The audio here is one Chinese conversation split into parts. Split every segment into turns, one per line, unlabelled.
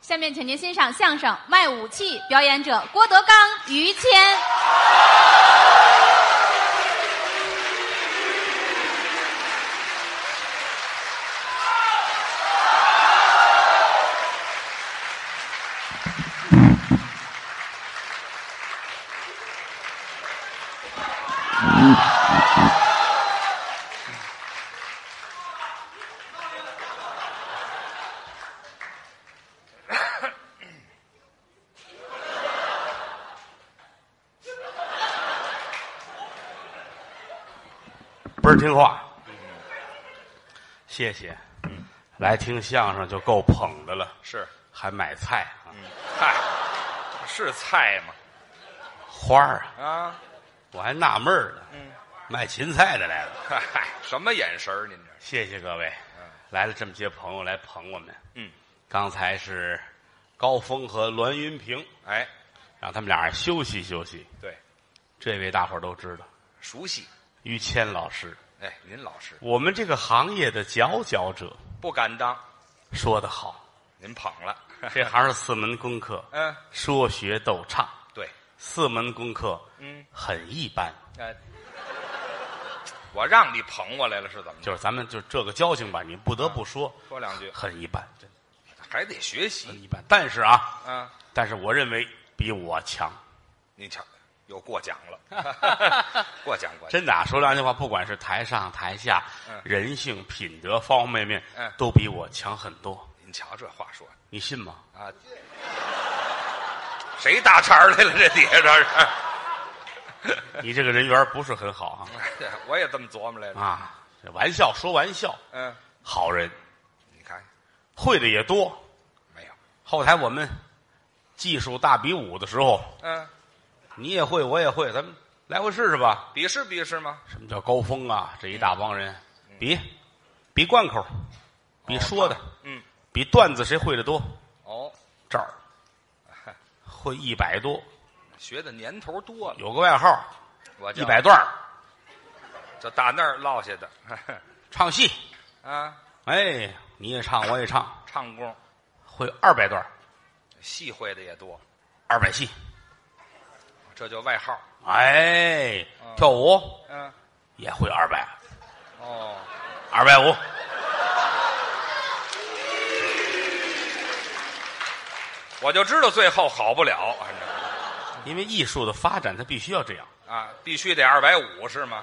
下面，请您欣赏相声《卖武器》，表演者郭德纲、于谦。
倍儿听话。谢谢，来听相声就够捧的了，
是，
还买菜啊、
嗨，是菜吗？
花儿啊，
啊，
我还纳闷儿呢，
嗯，
卖芹菜的来了。
嗨，什么眼神儿？您这是，
谢谢各位，来了这么些朋友来捧我们。
嗯，
刚才是高峰和栾云平，
哎，
让他们俩休息休息。
对，
这位大伙儿都知道，
熟悉，
于谦老师，
哎，您老师
我们这个行业的佼佼者，
不敢当，
说得好，
您捧了，
这行是四门功课，
嗯，
说学逗唱，
对，
四门功课
嗯，
很一般，
哎，我让你捧我来了是怎么着？
就是咱们就这个交情吧，你不得不说
啊说两句，
很一般，真的
还得学习
很一般。但是啊，
啊，
但是我认为比我强，
您瞧，又过奖 了，过奖过奖，
真的啊，说良心话，不管是台上台下，
嗯
人性、品德方方面面
嗯，
都比我强很多，
您瞧这话说
你 信吗？
的啊，谁搭茬儿来了？这底下这是，
你这个人缘不是很好啊
哎我也这么琢磨来了，
啊！这玩笑说玩笑，
嗯，
好人
你看
会的也多。
没有？
后台我们技术大比武的时候，
嗯，
你也会，我也会，咱们来回试试吧。
比试比试吗？
什么叫高峰啊？这一大帮人，比比贯口，比说的，
嗯，
比段子谁会的多？
哦，
这儿会一百多，
学的年头多了，
有个外号
我
一百段儿
就打那儿落下的
唱戏，
啊，
哎，你也唱，我也唱，
唱功
会二百段儿，
戏会的也多，
二百戏。
这就外号。
哎，跳舞
嗯、
也会二百，
哦，
二百五。
我就知道最后好不了，反正
因为艺术的发展，它必须要这样。
啊，必须得二百五是吗？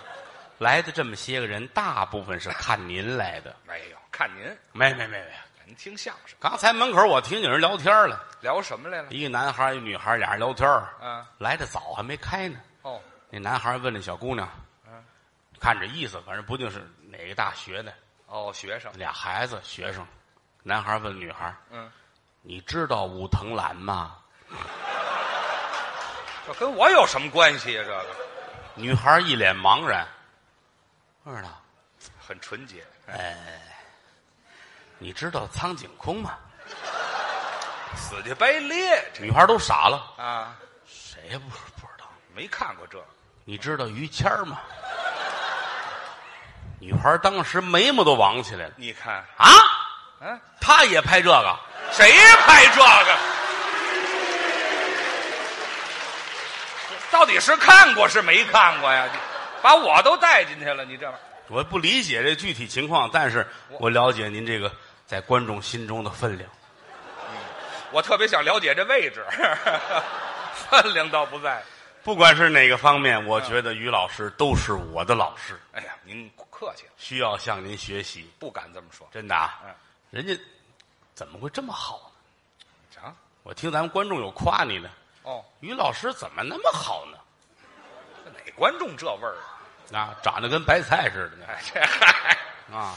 来的这么些个人，大部分是看您来的。
没有，看您，
没没没没，
您听相声
刚才门口我听有人聊天了，
聊什么来了？
一个男孩儿一女孩儿，俩人聊天儿
嗯
来的早还没开呢。
哦，
那男孩儿问那小姑娘，
嗯
看这意思，反正不定是哪个大学的，
哦，学生，
俩孩子学生。男孩儿问女孩儿
嗯，：“
你知道武藤兰吗
这跟我有什么关系啊呀、这个？”
女孩儿一脸茫然，不知道。
很纯洁，
你知道苍井空吗？
死乞白咧这
女孩儿都傻了，
啊，
谁也不不知道。
没看过这个，
你知道于谦儿吗？女孩儿当时眉毛都网起来了
你看，
啊！
嗯、
她也拍这个，
谁拍这个？到底是看过是没看过呀？你把我都带进去了，你这玩意儿
我不理解这具体情况，但是我了解您这个在观众心中的分量。
我特别想了解这位置，分量倒不在。
不管是哪个方面，
嗯
我觉得于老师都是我的老师，
哎呀，您客气了，
需要向您学习。
不敢这么说。
真的啊
嗯，
人家怎么会这么好呢？
啊，
我听咱们观众有夸你的，
哦，
于老师怎么那么好呢？
这哪观众这味儿啊？
啊，长得跟白菜似的呢。
哎，嗯这嗨，
啊，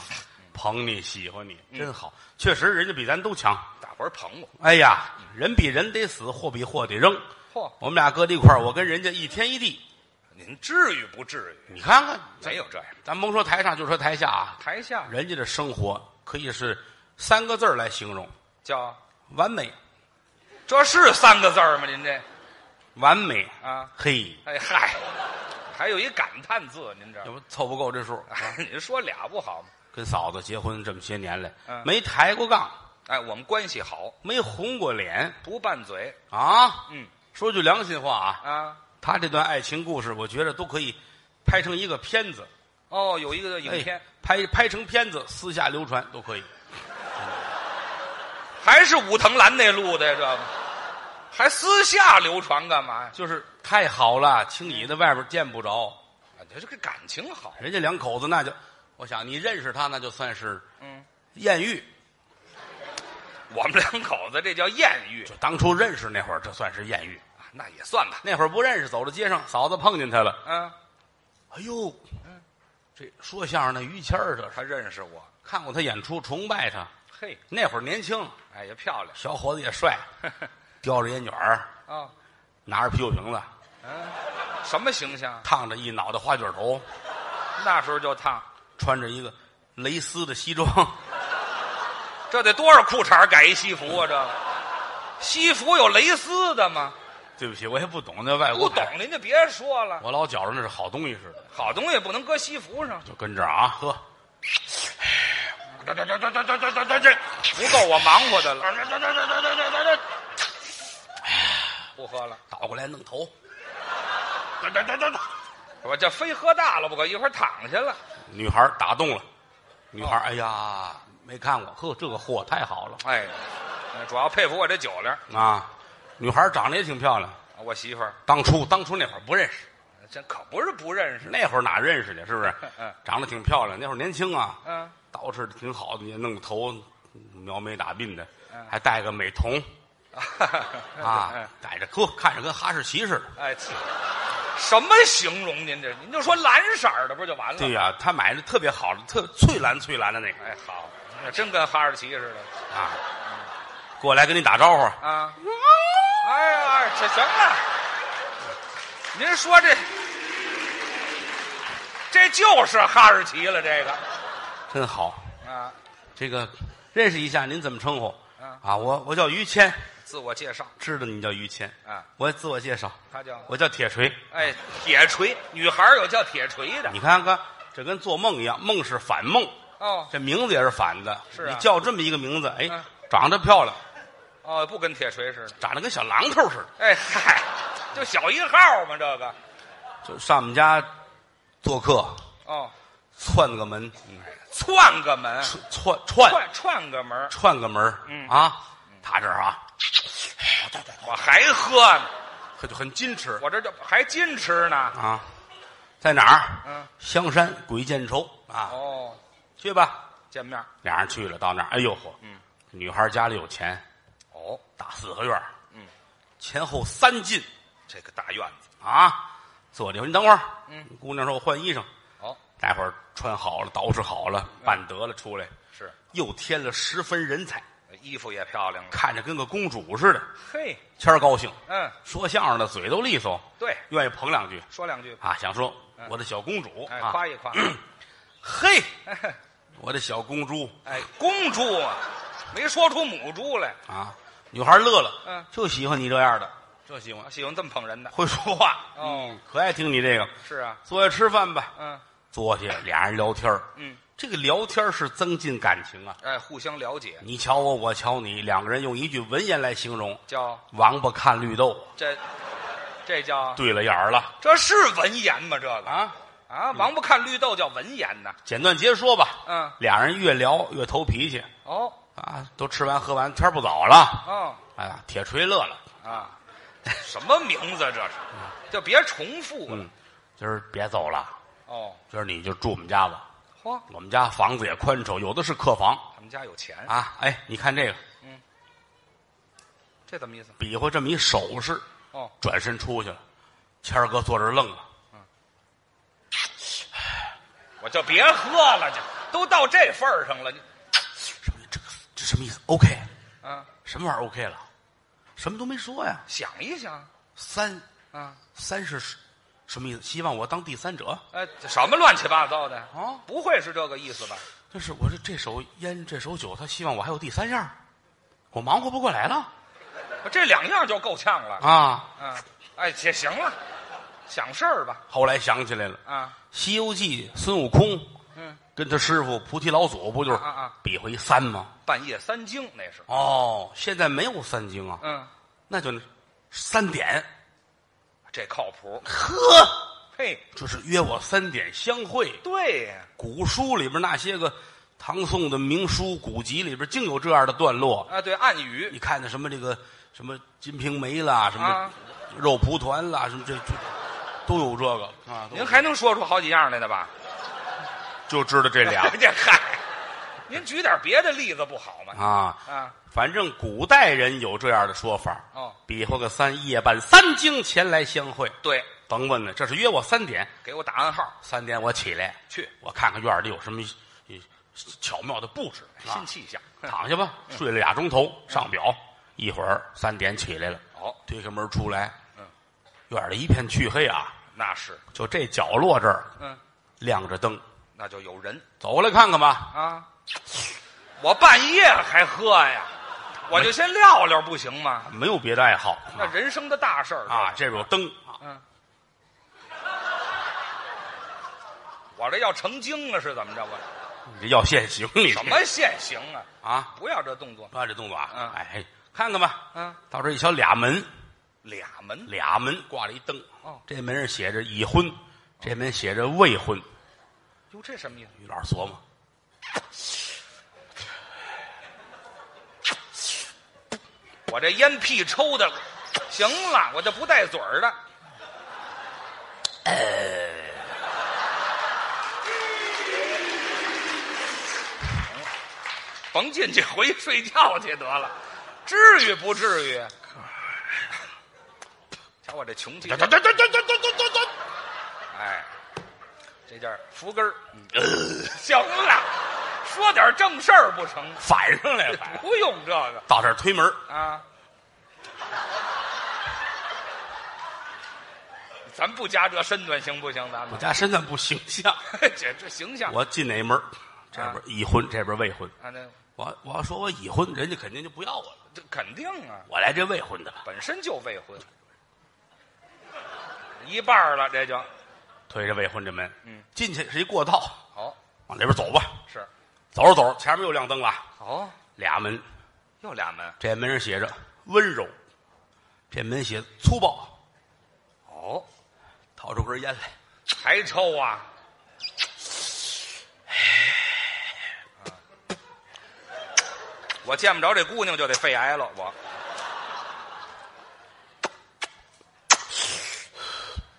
捧你喜欢你，真
嗯
好。确实，人家比咱都强。
大伙儿捧我，
哎呀，人比人得死，货比货得扔。
嚯，
我们俩搁在一块儿，我跟人家一天一地。
您至于不至于？
你看看，
没有这样，
咱甭说台上，就说台下啊，
台下
人家的生活可以是三个字儿来形容：
叫
完美，
这是三个字儿吗？您这，
完美
啊！
嘿，
哎嗨，还有一感叹字，您这
要不凑不够这数。
哎，您说俩不好吗？
跟嫂子结婚这么些年来
嗯，
没抬过杠，
哎，我们关系好，
没红过脸
不拌嘴。
啊。
嗯
说句良心话啊，
啊，
他这段爱情故事，我觉得都可以拍成一个片子，
哦，有一个影片、
哎、拍拍成片子，私下流传都可以。
还是武藤兰那路的呀，这还私下流传干嘛呀？
就是太好了，轻易的外边见不着，
啊，这这个感情好，
人家两口子那就，我想你认识他那就算是
嗯，
艳遇，
我们两口子这叫艳遇
就，当初认识那会儿，这算是艳遇。
啊那也算吧。
那会儿不认识，走到街上，嫂子碰见他了，
嗯、
哎呦，这说相声的于谦儿这是
他认识我，
看过他演出，崇拜他。
嘿，
那会儿年轻，
哎，也漂亮
小伙子也帅，叼着烟卷儿，
啊，
拿着啤酒瓶子，
嗯、什么形象？啊
烫着一脑袋花卷头，
那时候就烫，
穿着一个蕾丝的西装，
这得多少裤衩改一西服啊？这个西服有蕾丝的吗？
对不起，我也不懂那外
不
国
懂
牌，
您就别说了，
我老觉着那是好东西似的，
好东西不能搁西服上，
就跟这儿啊喝，
这这这这这这这这这不够我忙活的了。不喝了，
倒过来弄头，
我这非喝大了不可，一会儿躺下了。
女孩儿打动了，女孩儿哎呀，没看过，呵，这个货太好了
哎，主要佩服我这酒量，
啊！女孩儿长得也挺漂亮，
我媳妇儿
当初当初那会儿不认识，
这可不是不认识。
那会儿哪认识去？是不是
嗯？
长得挺漂亮，那会儿年轻啊，
嗯，
捯饬的挺好的，也弄个头描眉打鬓的
嗯，
还戴个美瞳啊，戴着呵，看着跟哈士奇似的。
哎，什么形容您这？您就说蓝色的不就完了？
对呀、他买的特别好的，特翠蓝翠蓝的那个
哎，好，真跟哈士奇似的。
啊，过来跟你打招呼，
啊！哎呀，哎这行了，您说这，这就是哈士奇了，这个
真好。
啊，
这个认识一下，您怎么称呼
嗯？
啊，我我叫于谦，
自我介绍
知道你叫于谦。
啊，
我自我介绍，
他叫
我叫铁锤。
哎铁锤，女孩儿有叫铁锤的
你看看，这跟做梦一样，梦是反梦，
哦
这名字也是反的。
是啊
你叫这么一个名字，哎
嗯，
长得漂亮，
哦，不跟铁锤似的，
长得跟小榔头似的，
哎嗨，就小一号嘛，这个
就上我们家做客，
哦，
窜个门，
窜个门，
窜
嗯
窜
窜窜个门，
窜个门，
嗯
啊，他这儿啊，
我还喝呢，
可就很矜持
我这就还矜持呢，
啊，在哪儿？
嗯，
香山鬼见愁啊，
哦，
去吧。
见面
俩人去了，到那儿，哎呦嚯，
嗯，
女孩家里有钱，
哦，
大四合院，
嗯，
前后三进
这个大院子，
啊，坐这会儿，你等会儿，
嗯，
姑娘说我换衣裳，
哦，
待会儿穿好了，捯饬好了，办得了出来，
是。
又添了十分人才，
衣服也漂亮了。
看着跟个公主似的。
嘿，
谦儿高兴，
嗯，
说相声的嘴都利索，
对，
愿意捧两句
说两句吧，
啊，想说我的小公主
嗯哎，
啊，
夸一夸。
嘿，我的小公猪
哎，公猪啊，没说出母猪来，
啊，女孩乐了，
嗯，
就喜欢你这样的，就喜欢
我喜欢这么捧人的。
会说话，
哦，
可爱听你这个。
是啊，
坐下吃饭吧。
嗯
坐下，俩人聊天儿
嗯，
这个聊天儿是增进感情啊。
哎，互相了解，
你瞧我，我瞧你，两个人用一句文言来形容：
叫
王八看绿豆，
这，这叫
对了眼儿了
这是文言吗？这个
啊！
啊，王八看绿豆叫文言呐。
简短截说吧。
嗯，
俩人越聊越投脾气
哦
啊！都吃完喝完，天儿不早了，
哦
哎呀，铁锤乐了，
啊，什么名字啊这是？就别重复了。
嗯，今儿别走了，
哦，
今儿你就住我们家吧。
嚯，
我们家房子也宽敞，有的是客房
他们家有钱，
啊。哎，你看这个，
这怎么意思？
比划这么一手势，
哦，
转身出去了。谦儿哥坐这儿愣了，
我就别喝了，就都到这份儿上了，你
什么这个这什么意思？OK，
啊，
什么玩意儿 OK 了？什么都没说呀。
想一想
三
啊，
三是什么意思？希望我当第三者？
哎，这什么乱七八糟的
哦
不会是这个意思吧？
这是我这这手烟，这手酒，他希望我还有第三样儿，我忙活不过来了
这两样就够呛了
啊！
啊！哎，这行了，想事儿吧
后来想起来了，《
啊！
西游记》孙悟空
嗯，
跟他师傅菩提老祖不就是
啊啊啊
比划一三吗？
半夜三更那是，
哦，现在没有三经啊，
嗯，
那就三点。
这靠谱。
呵，
嘿，
这是约我三点相会。
对呀，
古书里边那些个唐宋的名书古籍里边，竟有这样的段落。
啊，对，暗语
你看的什么这个什么《金瓶梅》啦，什么
啊
肉蒲团啦，什么这这都有这个啊。都有
您还能说出好几样来呢吧？
就知道这俩
这嗨，您举点别的例子不好吗？
啊，
啊，
反正古代人有这样的说法。
哦，
比划个三，夜半三更前来相会。
对，
甭问了，这是约我三点，
给我打暗号
三点我起来，
去，
我看看院里有什么呃巧妙的布置。啊
新气象。
躺下吧，睡了俩钟头，上表，一会儿三点起来了，
哦，
推开门出来，
嗯，
院里一片黢黑啊，
那是，
就这角落这儿
嗯，
亮着灯，
那就有人
走过来看看吧。
啊。我半夜还喝呀，我就先撂撂不行吗？
没有别的爱好
那人生的大事儿
啊，，这边有灯啊，
嗯。我这要成精了是怎么着？我
你这要现行，你这
什么现行啊？
啊？
不要这动作。
啊，这动作啊
嗯，
哎，看看吧。
嗯，
到这一瞧，俩门，
俩门
俩门挂了一灯
哦，
这门上写着已婚，这门写着未婚。
哟，这什么意思？
于老师琢磨，
我这烟屁抽的，行了，我就不带嘴儿的。呃甭进去，回去睡觉去得了，至于不至于？瞧我这穷气
哒，哒哒哒哒哒哒哒哒。
哎，这叫福根儿。嗯行了，说点正事儿不成？
反上来了，反
不用这个
到这儿推门，
啊，咱不加这身段行不行？咱
我
们
家身段不形象。
这这形象
我进哪一门儿，这边已婚，这边未婚。
啊，那
啊我我要说我已婚，人家肯定就不要我了。
这肯定啊，
我来这未婚的吧，
本身就未婚，一半儿了，这就
推着未婚这门，
嗯，
进去是一过道，
好
往里边走吧。
是
走着走着，前面又亮灯了，
哦，
俩门，
又俩门
这门上写着温柔，这门写粗暴。
哦，
掏出根烟来，
还抽啊？我见不着这姑娘就得肺癌了，我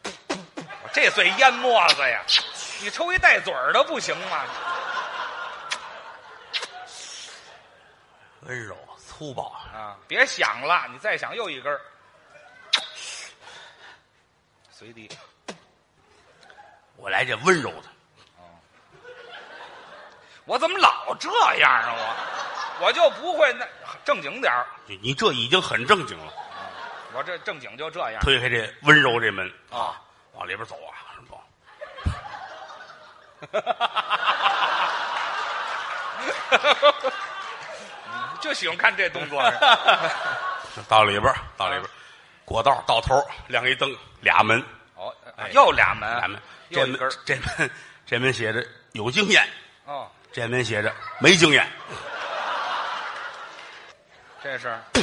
我这嘴烟沫子呀，你抽一带嘴儿的不行吗？
温柔粗暴。
啊，别想了，你再想又一根儿，随地
我来这温柔的，
我怎么老这样啊？我我就不会那正经点儿，
你你这已经很正经了。
我这正经就这样
推开这温柔这门，
啊。
往里边走啊，往里边走。
就喜欢看这动作是吧，
到里边儿，到
啊
里边儿，过道儿到头儿亮一灯，俩门，
哦，
哎
又俩门，
俩门，
又
这
一
门
根儿
这门这门写着有经验，
哦，
这门写着没经验，
这是，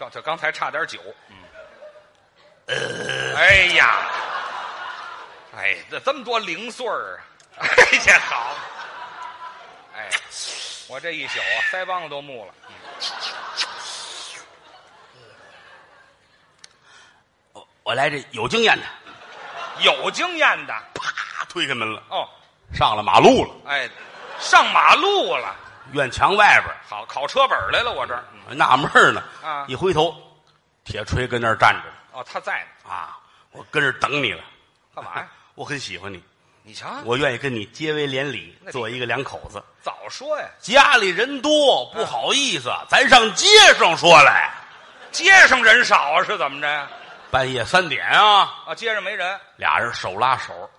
刚这刚才差点酒，嗯，哎呀，哎，这这么多零碎儿啊，哎呀好，哎，我这一宿啊，腮帮子都木了，
我我来这有经验的，
有经验的
啪推开门了，
哦，
上了马路了，
哎，上马路了，
院墙外边
好，考车本儿来了，我这儿，嗯
儿纳闷儿呢，
啊
一回头，铁锤跟那儿站着呢，
哦，他在呢，
啊，我跟这儿等你了，
干嘛呀？
我很喜欢你，
你瞧，
哎我愿意跟你结为连理
那，得嗯
做一个两口子。
早说呀，
家里人多，不好意思，咱上街上说来。
街上人少啊是怎么着呀？
半夜三点啊，
啊，街上没人，
俩人手拉手，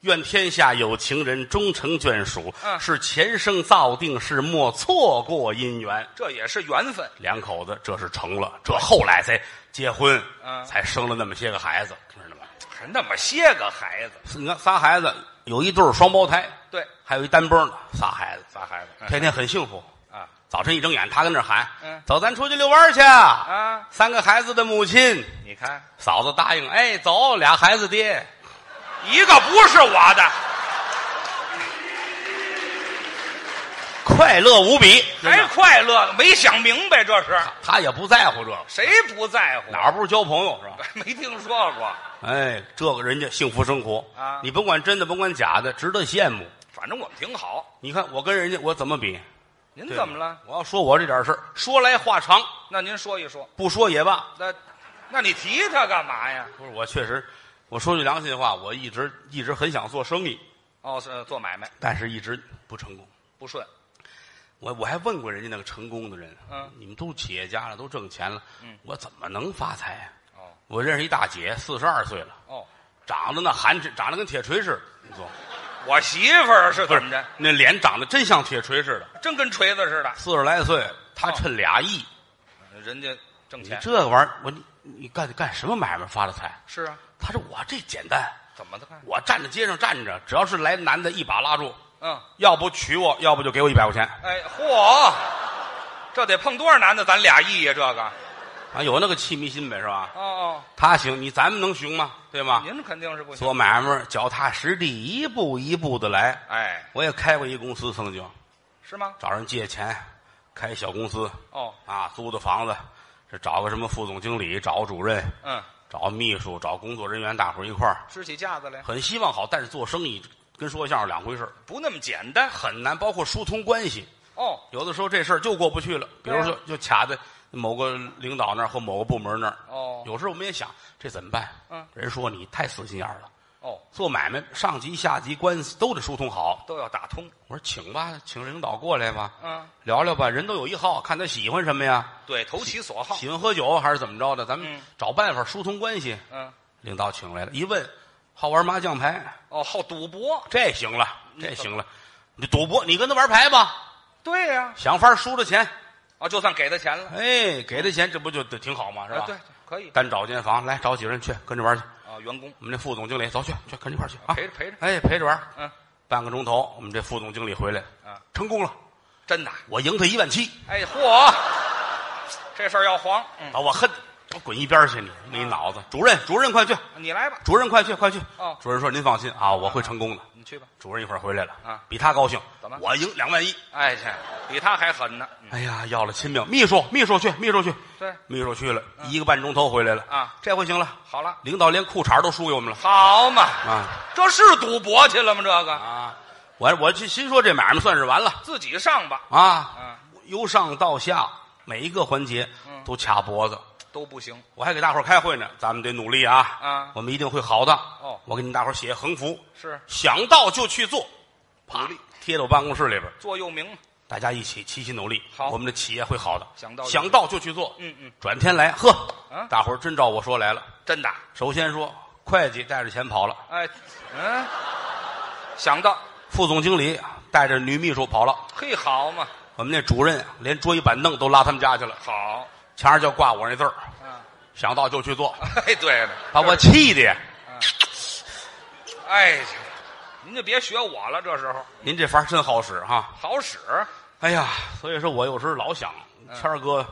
愿天下有情人终成眷属。
嗯
是前生造定事，莫错过姻缘。
这也是缘分。
两口子这是成了，这后来才结婚，
嗯
才生了那么些个孩子，知道吗？
是那么些个孩子，
你看仨孩子，有一对儿双胞胎，
对，
还有一单蹦的，仨孩子，
仨孩子
天天很幸福。
啊
早晨一睁眼，他跟那儿喊：“
嗯
走，咱出去遛弯儿去。”
啊，
三个孩子的母亲，
你看，
嫂子答应：“哎，走，俩孩子爹。
一个不是我的，”
快乐无比，真
还
的
快乐了，没想明白这是，
他也不在乎这个，
谁不在乎？
哪儿不是交朋友是吧？
没听说过，
哎，这个人家幸福生活
啊
你甭管真的，甭管假的，值得羡慕。
反正我们挺好。
你看我跟人家我怎么比？
您
对
怎么了？？
我要说我这点事儿，说来话长，
那您说一说，
不说也罢。
那，那你提他干嘛呀？
不是，我确实，我说句良心话，我一直一直很想做生意，
哦，是做买卖
但是一直不成功。
不顺，
我我还问过人家那个成功的人，
嗯
你们都企业家了，都挣钱了，
嗯
我怎么能发财呀、
哦
我认识一大姐，四十二岁了，
哦，
长得那寒碜，长得跟铁锤似的，你说
我媳妇儿是怎么着？？
那脸长得真像铁锤似的。
真跟锤子似的，
四十来岁，她趁俩亿，
人家挣
你
钱
这个玩意儿，我你你干干什么买卖发的财？
是啊，
他说我这简单，
怎么的看？
我站在街上站着，只要是来男的，一把拉住，
嗯，
要不娶我，要不就给我一百块钱。
哎，嚯，这得碰多少男的？咱俩亿呀，这个。
啊，有那个气迷心呗，是吧？
哦
他行，你咱们能行吗？对
哦，
吗？
您肯定是不行。
做买卖脚踏实地，一步一步的来。
哎，
我也开过一公司，曾经
是吗？
找人借钱，开小公司
哦，
啊，租的房子，这找个什么副总经理，找个主任，
嗯，
找秘书，找工作人员，大伙儿一块儿，
支起架子来，
很希望好，但是做生意跟说相声两回事儿
不那么简单。
很难，包括疏通关系，
哦，
有的时候这事儿就过不去了。比如
对啊
说，就卡在某个领导那儿或某个部门那儿。
哦
有时候我们也想，这怎么办？
嗯，
人说你太死心眼儿了。
哦，
做买卖，上级下级关系都得疏通好。
都要打通。
我说请吧，请领导过来吧，
嗯，
聊聊吧，人都有一号，看他喜欢什么呀，
对，投其所好。
喜欢喝酒还是怎么着的，咱们
哦嗯
找办法疏通关系。
嗯，
领导请来了，一问，好玩麻将牌，
哦，好赌博。
这行了，
嗯
这行了，你赌博，你跟他玩牌吧，
对呀，
想法输了钱，
啊，就算给他钱了，
哎，给他钱，这不就得挺好吗？是吧？
啊，对，可以。
单找间房，来找几个人去跟着玩去。
啊，员工
我们这副总经理，走去去跟着一块儿去啊，
陪着陪着。
哎陪着玩。
嗯，
半个钟头，我们这副总经理回来，
啊，
成功了，
真的。
我赢他一万七，
哎，嚯，这事儿要黄。嗯，
把啊我恨，我滚一边儿去你，没脑子！主任，主任快去，
你来吧，
主任快去，快去！
哦
主任说您放心啊，我会成功的。
你去吧。
主任一会儿回来了
啊
比他高兴，
怎么
我赢两万一。
哎，这比他还狠呢。嗯
哎呀，要了亲命！秘书，秘书去，秘书去，
对，
秘书去了，一个半钟头回来了
啊，
这回行了，
好了，
领导连裤衩都输给我们了
好嘛，
啊
这是赌博去了吗？这个
啊！我我这心说这买卖算是完了
自己上吧。
啊，
嗯，
由上到下每一个环节
嗯
都卡脖子。
都不行。
我还给大伙儿开会呢，咱们得努力啊！
啊
我们一定会好的。
哦
我给你们大伙儿写横幅，
是
想到就去做，啪
努力
贴到我办公室里边儿，
座右铭。
大家一起齐心努力，
好
我们的企业会好的。
想到就
想到就去做，
嗯嗯，
转天来，呵，
啊
大伙儿真照我说来了。
真的。啊
首先说，会计带着钱跑了，
哎，嗯，想到，
副总经理带着女秘书跑了，
嘿，好嘛，
我们那主任啊连桌椅板凳都拉他们家去了，
好，
墙上就挂我那字儿，
啊，
想到就去做，
哎，对了，
把我气的呀。
哎，您就别学我了，这时候
您这法儿真好使哈、啊
好使，
哎呀，所以说我有时候老想，谦儿哥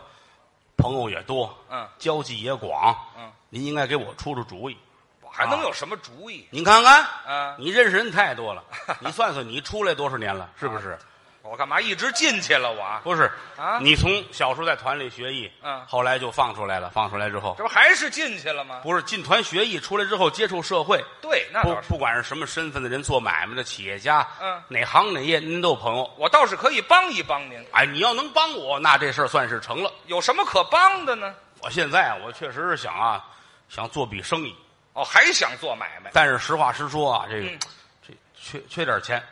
朋友也多，
嗯
交际也广，
嗯，
您应该给我出出主意。
我还能有什么主意？
您看看，
啊，
你认识人太多 了，你算算你出来多少年了，是不是？
我干嘛一直进去了？我啊
不是
啊
你从小时候在团里学艺，
嗯
后来就放出来了，放出来之后
这，不还是进去了吗？
不是进团学艺，出来之后接触社会，
对，那
不
倒是，
不管是什么身份的人，做买卖的、企业家，
嗯
哪行哪业，您都有朋友。
我倒是可以帮一帮您，
哎，你要能帮我，那这事儿算是成了。
有什么可帮的呢？
我现在啊我确实是想啊，想做笔生意，
哦，还想做买卖？
但是实话实说啊，这个、
嗯
这缺缺点钱，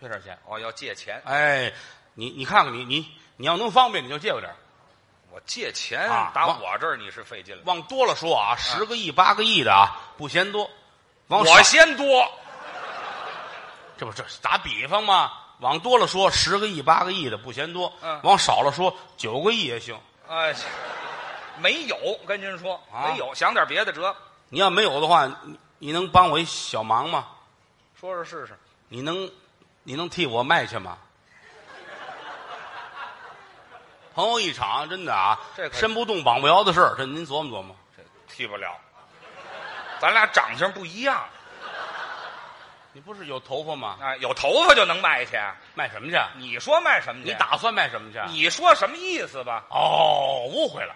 缺点钱。
哦，要借钱，
哎，你你看看你你你要能方便你就借我点儿
我借钱
啊
打
忘
我这儿你是费劲了，
往多了说啊，十个亿八个亿的啊不嫌多。往
我
少
先多，
这不这打比方嘛，往多了说十个亿八个亿的不嫌多，
嗯
往少了说九个亿也行。
哎，没有，跟您说
啊
没有，想点别的辙。
你要没有的话，你你能帮我一小忙吗？
说说试试。
你能，你能替我卖去吗？ 朋友一场，真的啊，
这可
身不动膀不摇的事儿，这您琢磨琢磨。
这替不了，咱俩长相不一样
你不是有头发吗？
啊，有头发就能卖去。啊
卖什么去？
你说卖什么去？啊
你，打算卖什么去？
你说什么意思吧？
哦，误会了，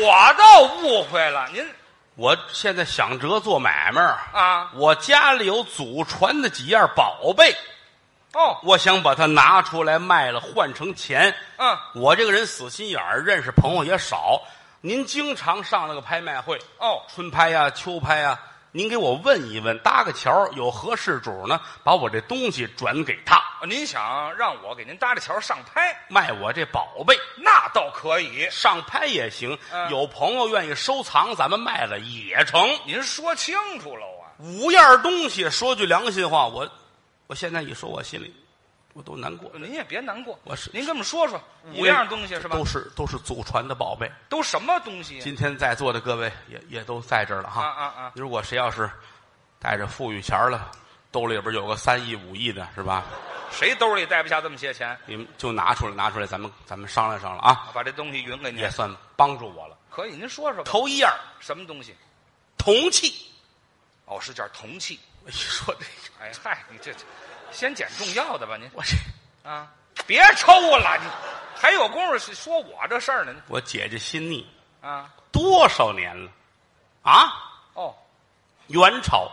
我倒误会了，您
我现在想着做买卖儿，
啊，
我家里有祖传的几样宝贝，
哦，
我想把它拿出来卖了，换成钱。
嗯，
我这个人死心眼儿，认识朋友也少。您经常上那个拍卖会，
哦，
春拍呀、秋拍呀、您给我问一问，搭个桥，有合适主呢，把我这东西转给他，
您想让我给您搭着桥上拍，
卖我这宝贝，
那倒可以。
上拍也行。
嗯
有朋友愿意收藏，咱们卖了也成。
您说清楚了啊，
五样东西，说句良心话，我我现在一说，我心里我都难过。
您也别难过。
我是嗯
您跟我们说说
因
五
为
样东西是吧
都？是都是祖传的宝贝。
都什么东西呀？
今天在座的各位也也都在这儿了哈。
啊啊啊！
如果谁要是带着富裕钱儿了，兜里边有个三亿五亿的，是吧？
谁兜里带不下这么些钱？
你们就拿出来，拿出来，咱们咱们商量商量啊，
我把这东西匀给您
也，算帮助我了。
可以。您说说吧，
头一样，
什么东西？
铜器。
哦，是件铜器。
我一说这个，
哎嗨，你这这先捡重要的吧，您
我这
啊，别抽了，你还有功夫说我这事儿呢？
我姐姐心腻
您啊，
多少年了啊？
哦，
元朝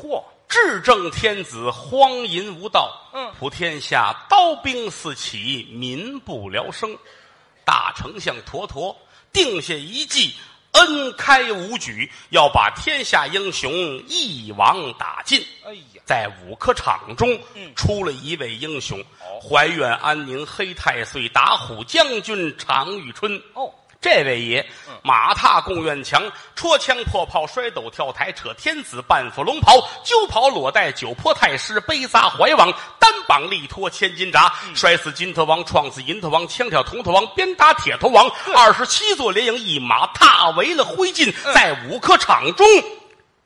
嚯，
至正天子荒淫无道，
嗯
普天下刀兵四起，民不聊生。大丞相陀陀定下一计，恩开五举，要把天下英雄一网打尽。
哎呀，
在五科场中，
嗯
出了一位英雄
哦，
怀远安宁黑太岁打虎将军常遇春。
哦，
这位爷
嗯，
马踏贡院墙，戳枪破炮，摔斗跳台，扯天子半副龙袍，揪袍裸带，九坡太师，背撒怀王，单膀力托千斤闸，摔死金头王，撞死银头王，枪挑铜头王，鞭打铁头王，二十七座连营，一马踏为了灰烬，在五科场中，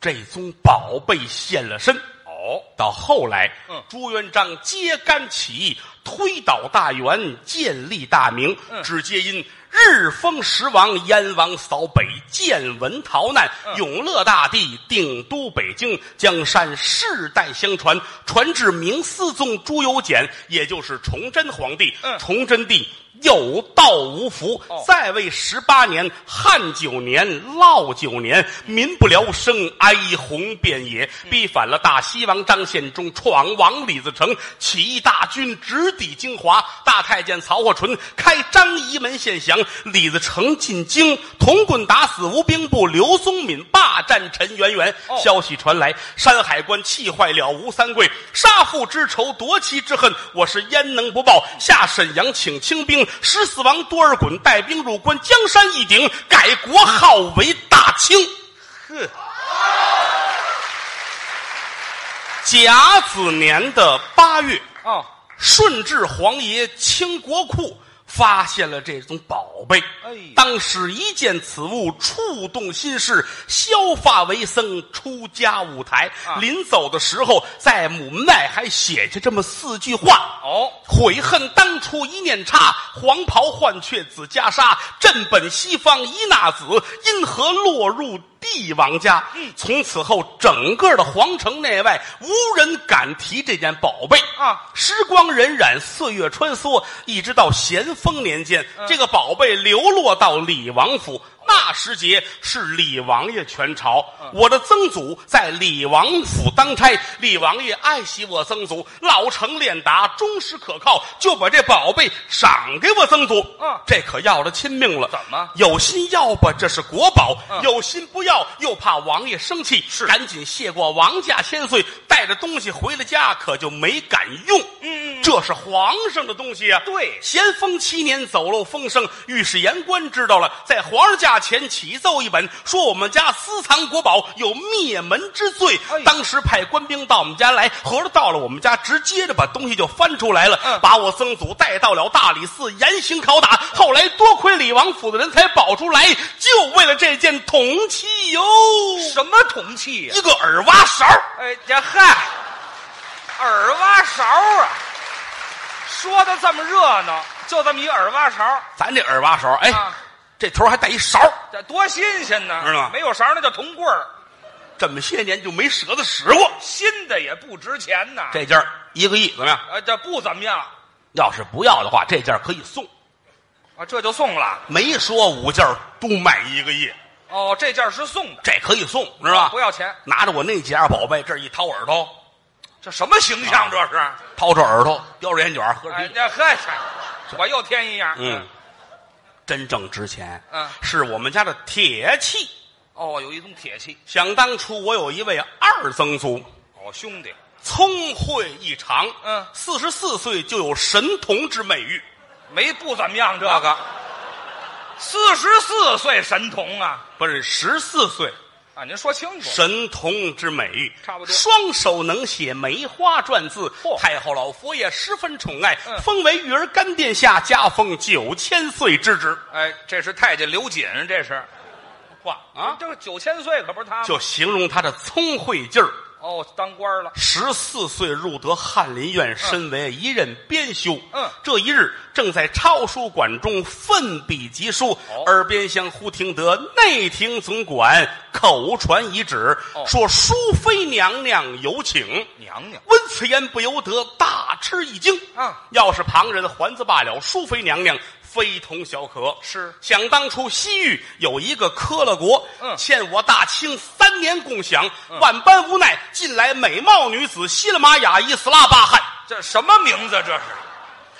这宗宝贝现了身。
哦，
到后来，
嗯
朱元璋揭竿起义，推倒大元，建立大明。
嗯
只皆因日封十王，燕王扫北，建文逃难，
嗯
永乐大帝定都北京，江山世代相传，传至明思宗朱由检，也就是崇祯皇帝。
嗯
崇祯帝有道无福，
哦
在位十八年，汉九年，涝九年，民不聊生，哀鸿遍野，
嗯
逼反了大西王张献忠，闯王李自成，起义大军直抵京华，大太监曹货淳开张仪门献降，李自成进京，铜棍打死吴兵部，刘宗敏霸占陈圆圆，
哦
消息传来，山海关气坏了吴三桂，杀父之仇，夺妻之恨，我是焉能不报？下沈阳请清兵，十四王多尔衮带兵入关，江山一顶，改国号为大清。
呵，
甲子年的八月，
哦，
顺治皇爷清国库发现了这宗宝贝。
哎呀
当时一见此物，触动心事，削发为僧，出家舞台。
啊
临走的时候，在门外还写下这么四句话。
哦，
悔恨当初一念差，黄袍换却紫袈裟。朕本西方一纳子，因何落入帝王家？
嗯
从此后，整个的皇城内外无人敢提这件宝贝
啊！
时光荏苒，岁月穿梭，一直到咸丰年间，
嗯
这个宝贝流落到李王府。那时节是李王爷全朝，
嗯
我的曾祖在李王府当差，李王爷爱惜我曾祖，老成练达，忠实可靠，就把这宝贝赏给我曾祖。
嗯
这可要了亲命了。
怎么
有心要吧，这是国宝；
啊嗯
有心不要，又怕王爷生气，
是
赶紧谢过王家千岁，带着东西回了家，可就没敢用。
嗯嗯嗯
这是皇上的东西啊。
对
咸丰七年走漏风声，御史言官知道了，在皇上家价钱起奏一本，说我们家私藏国宝，有灭门之罪。
哎呦
当时派官兵到我们家来，合着到了我们家，直接着把东西就翻出来了，
嗯
把我曾祖带到了大理寺严刑拷打。后来多亏李王府的人才保出来，就为了这件铜器哟，
什么铜器呀、
一个耳挖勺。
哎呀嗨，耳挖勺啊！说的这么热闹，就这么一耳挖勺，
咱这耳挖勺，哎，
啊
这头还带一勺，
这多新鲜呢！
知道吗
没有勺那叫铜棍儿，
这么些年就没舍得使过。
新的也不值钱呐。
这件儿一个亿怎么样？
啊，这不怎么样
要是不要的话，这件儿可以送。
啊，这就送了。
没说五件儿都卖一个亿，
哦，这件是送的，啊
这可以送，知道吧
不？要钱，
拿着我那几样宝贝，这儿一掏耳朵，
这什么形
啊
象这是？
掏出耳朵，叼着烟卷儿，喝着
哎
啤，酒，
这呵，我又添一样。
嗯，，真正值钱。
嗯
是我们家的铁器。
哦，有一种铁器，
想当初，我有一位二曾祖，
哦，兄弟，
聪慧异常，
嗯
四十四岁就有神童之美誉。
没不怎么样这
大
个
哥。
四十四岁神童啊！
不是十四岁，
啊，您说清楚。
神童之美誉，
差不多
双手能写梅花篆字，
嚯
太后老佛爷十分宠爱，
嗯
封为育儿干殿下，加封九千岁之职。
哎，这是太监刘瑾，这是
哇啊！
这个九千岁可不是他吗
就形容他的聪慧劲儿。
哦，当官了。
十四岁入得翰林院，身为一任编修。
嗯
这一日正在抄书馆中奋笔疾书，
哦
耳边厢忽听得内廷总管口传遗旨，
哦
说淑妃娘娘有请。
娘娘
闻此言，不由得大吃一惊。
啊，
要是旁人还则罢了，淑妃娘娘非同小可。
是
想当初西域有一个科勒国，
嗯
欠我大清三年共享，万般无奈，近来美貌女子西勒玛雅伊斯拉巴汗。
这什么名字？这是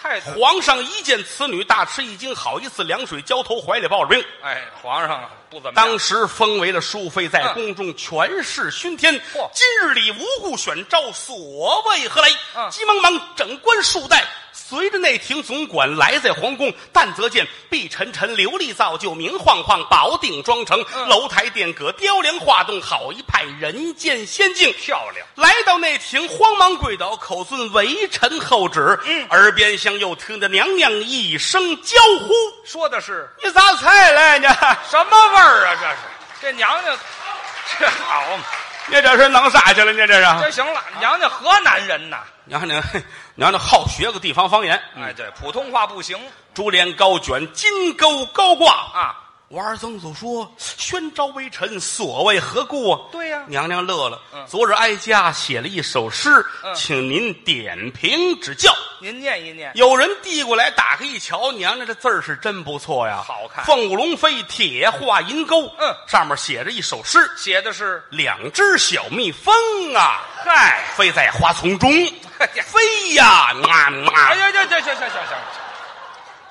太子
皇上一见此女，大吃一惊，好一次凉水浇头，怀里抱着兵。
哎，皇上啊不怎么样
当时封为了淑妃，在
嗯
宫中权势熏天。
嚯
今日里无故选召，所谓何来？
嗯
急忙忙整官数代，随着内廷总管来在皇宫。但则见碧沉沉，琉璃造就，明晃晃，宝顶妆成，
嗯
楼台殿阁，雕梁画栋，好一派人间仙境。
漂亮。
来到内廷，慌忙跪倒，口尊为臣后旨。
嗯
耳边厢又听得娘娘一声娇呼
说的是：“
你咋才来呢？
什么味儿啊？这是这娘娘， 这好嘛？啊
你这是弄啥去了？你这是？”
这行了，娘娘河南人呐。
娘娘， 娘娘好学个地方方言。
哎，对，普通话不行
珠帘高卷，金钩高挂。
啊。
我二曾祖说：“宣昭微臣，所谓何故啊？”
对呀
娘娘乐了。
嗯
昨日哀家写了一首诗，
嗯
请您点评指教。
您念一念，
有人递过来，打开一瞧，娘娘这字儿是真不错呀，
好看
凤舞龙飞，铁画银钩。
嗯
上面写着一首诗：
写的是
两只小蜜蜂啊，
嗨。
飞在花丛中，
哎呀
飞呀，嘛嘛
哎。呀，这这这这这这，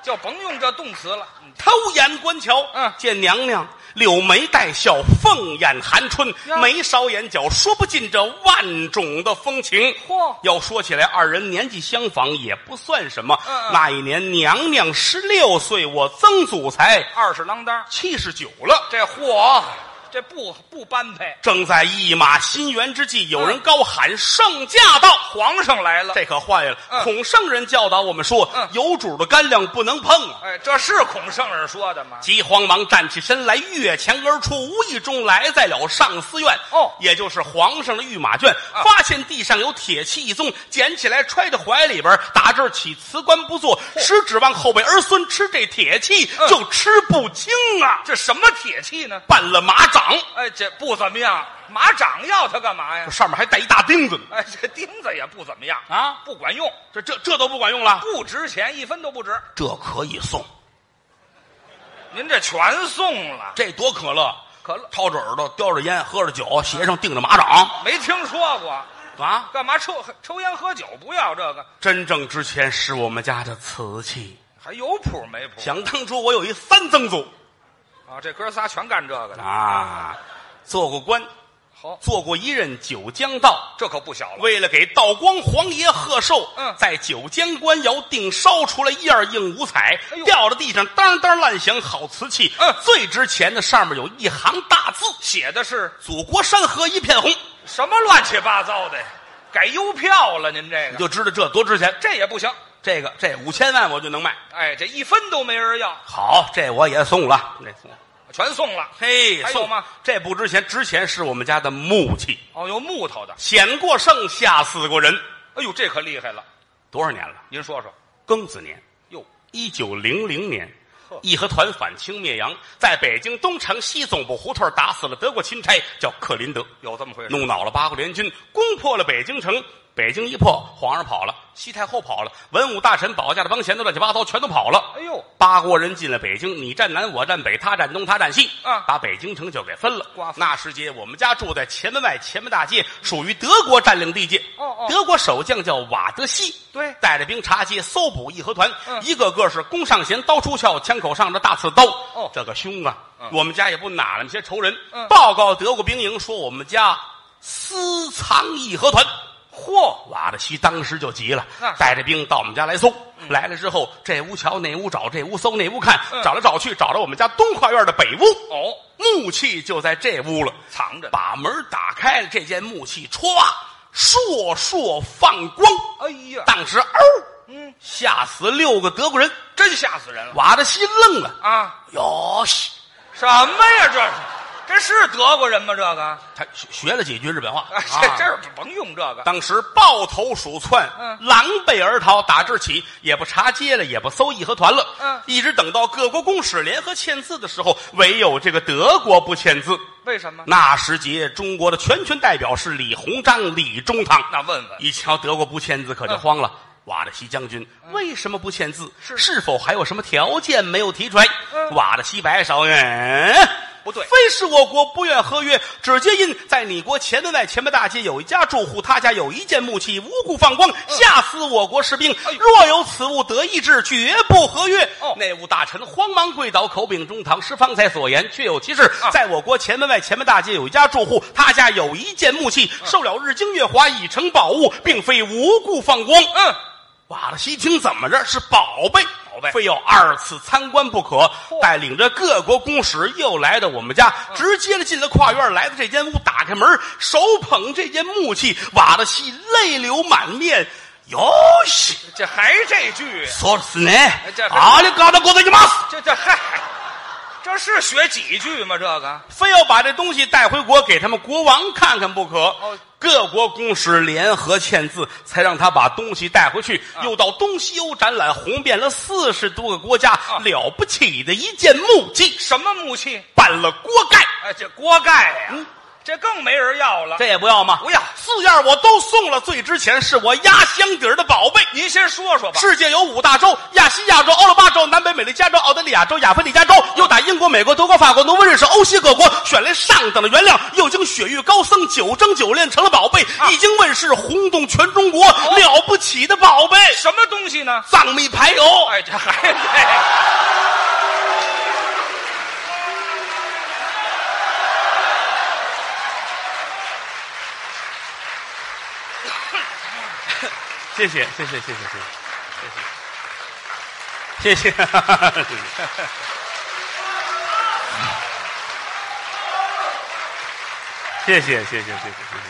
就甭用这动词了。嗯
偷眼观瞧，
嗯
见娘娘柳眉带笑，凤眼含春
呀，
眉梢眼角，说不尽这万种的风情。
嚯
要说起来，二人年纪相仿也不算什么。
嗯嗯
那一年，娘娘十六岁，我曾祖才
二十郎当，
七十九了。
这嚯，这不不般配。
正在一马心猿之际，有人高喊：“圣驾到！”
皇上来了，
这可坏了。
嗯
孔圣人教导我们说
嗯：“
有主的干粮不能碰啊。”
哎，这是孔圣人说的吗？
急慌忙站起身来，越墙而出，无意中来在了上思院。
哦
也就是皇上的御马圈，
啊
发现地上有铁器一宗，捡起来揣在怀里边。打这儿起，辞官不做，实指望后辈儿孙吃这铁器，
哦嗯
就吃不清啊！
这什么铁器呢？
办了马掌，
哎，这不怎么样。马掌要它干嘛呀
这？上面还带一大钉子呢。
哎，这钉子也不怎么样
啊
不管用，
这这这都不管用了，
不值钱，一分都不值。
这可以送，
您这全送了，
这多可乐！
可乐
掏着耳朵，叼着烟，喝着酒，鞋上钉着马掌
没听说过，
啊！
干嘛抽抽烟喝酒不要这个？
真正值钱是我们家的瓷器。
还有谱没谱
想当初我有一三曾祖
啊？这哥仨全干这个的，
啊，做过官，
好，
做过一任九江道，
这可不小了。
为了给道光皇爷贺寿，
嗯
在九江官窑定烧出了一二硬五彩，
哎呦
掉到地上当当乱响，好瓷器。
嗯
最值钱的上面有一行大字：
写的是
祖国山河一片红。
什么乱七八糟的呀？改邮票了，您这
你
个
就知道这多值钱。
这也不行。
这个这五千万我就能卖。
哎，这一分都没人要，
好，这我也送了，这送了。
全送了。
嘿，
还有
送
吗？
这不值钱，值钱是我们家的木器，
哦，有木头的。
显过圣，吓死过人。
哎呦，这可厉害了！
多少年了？
您说说，
庚子年，
哟，
一九零零年
呵，
义和团反清灭洋，在北京东城西总部胡同打死了德国钦差，叫克林德，
有这么回事？
弄恼了八国联军，攻破了北京城。北京一破，皇上跑了，西太后跑了，文武大臣、保家的帮闲的乱七八糟全都跑了。
哎呦，
八国人进了北京，你站南，我站北，他站东，他站西，
啊
把北京城就给分了
瓜。分
那时节，我们家住在前门外前门大街，属于德国占领地界。
哦哦
德国守将叫瓦德西，
对
带着兵查街，搜捕义和团，
嗯
一个个是弓上弦，刀出鞘，枪口上的大刺刀。
哦
这个凶啊！
嗯
我们家也不哪那么些仇人，
嗯
报告德国兵营说我们家私藏义和团。嚯！瓦德西当时就急了
那，是
带着兵到我们家来搜。来了之后，这屋瞧，那屋找，这屋搜，那屋看，
嗯
找来找去，找到我们家东跨院的北屋，
哦，
木器就在这屋了。
藏着呢。
把门打开了，这件木器歘，烁烁放光。
哎呀，
当时嗷，
嗯，
吓死六个德国人。
真吓死人了
瓦德西愣了，
啊！
哟西，
什么呀？这是，这是德国人吗？这个，
他学学了几句日本话。
啊，这这儿甭用这个。
当时抱头鼠窜，
嗯
狼狈而逃。打这儿起，也不查街了，也不搜义和团了，
嗯
一直等到各国公使联合签字的时候，唯有这个德国不签字。
为什么？
那时节，中国的全权代表是李鸿章、李中堂。
那问问，
一瞧德国不签字，可就慌了。瓦德西将军为什么不签字？
嗯是
否还有什么条件没有提出来？
嗯
瓦德西摆手，嗯，
不对
非是我国不愿合约，只接因在你国前门外前门大街有一家住户，他家有一件木器，无故放光，吓死我国士兵。
嗯哎呦
若有此物得意志，绝不合约。
哦
内务大臣慌忙跪倒，口禀中堂，师方才所言确有其事。
啊
在我国前门外前门大街有一家住户，他家有一件木器，
啊
受了日精月华已成宝物，并非无故放光。
嗯，
瓦勒西听怎么着是宝贝，
宝贝
非要二次参观不可。带领着各国公使又来到我们
啊
家，直接的进了跨院，来到这间屋，打开门，手捧这件木器，瓦勒西泪流满面。哟西，
这还这句，
说的是呢
哎这，
阿里嘎达国的你妈死！
这这嗨，这是学几句吗？这个
非要把这东西带回国给他们国王看看不可。
哦
各国公使联合签字，才让他把东西带回去。
啊
又到东西欧展览，红遍了四十多个国家，
啊
了不起的一件木器，
什么木器？
办了锅盖，
哎，这锅盖呀、
嗯
这更没人要了。
这也不要吗？
不要
四样我都送了，最值钱是我压箱底儿的宝贝。
您先说说吧。
世界有五大洲：亚细亚洲、欧罗巴洲、南北美利加洲、澳大利亚洲、亚非利加洲。又打英国、美国、德国、法国、挪威、瑞士、欧西各国，选来上等的原料，又经雪域高僧九蒸九炼成了宝贝，一经问世，轰动全中国，了不起的宝贝，
什么东西呢？
藏秘排油。
哎，这还 这，
谢谢，谢谢，谢谢，谢谢，谢 谢，谢谢。谢谢谢谢谢谢谢谢，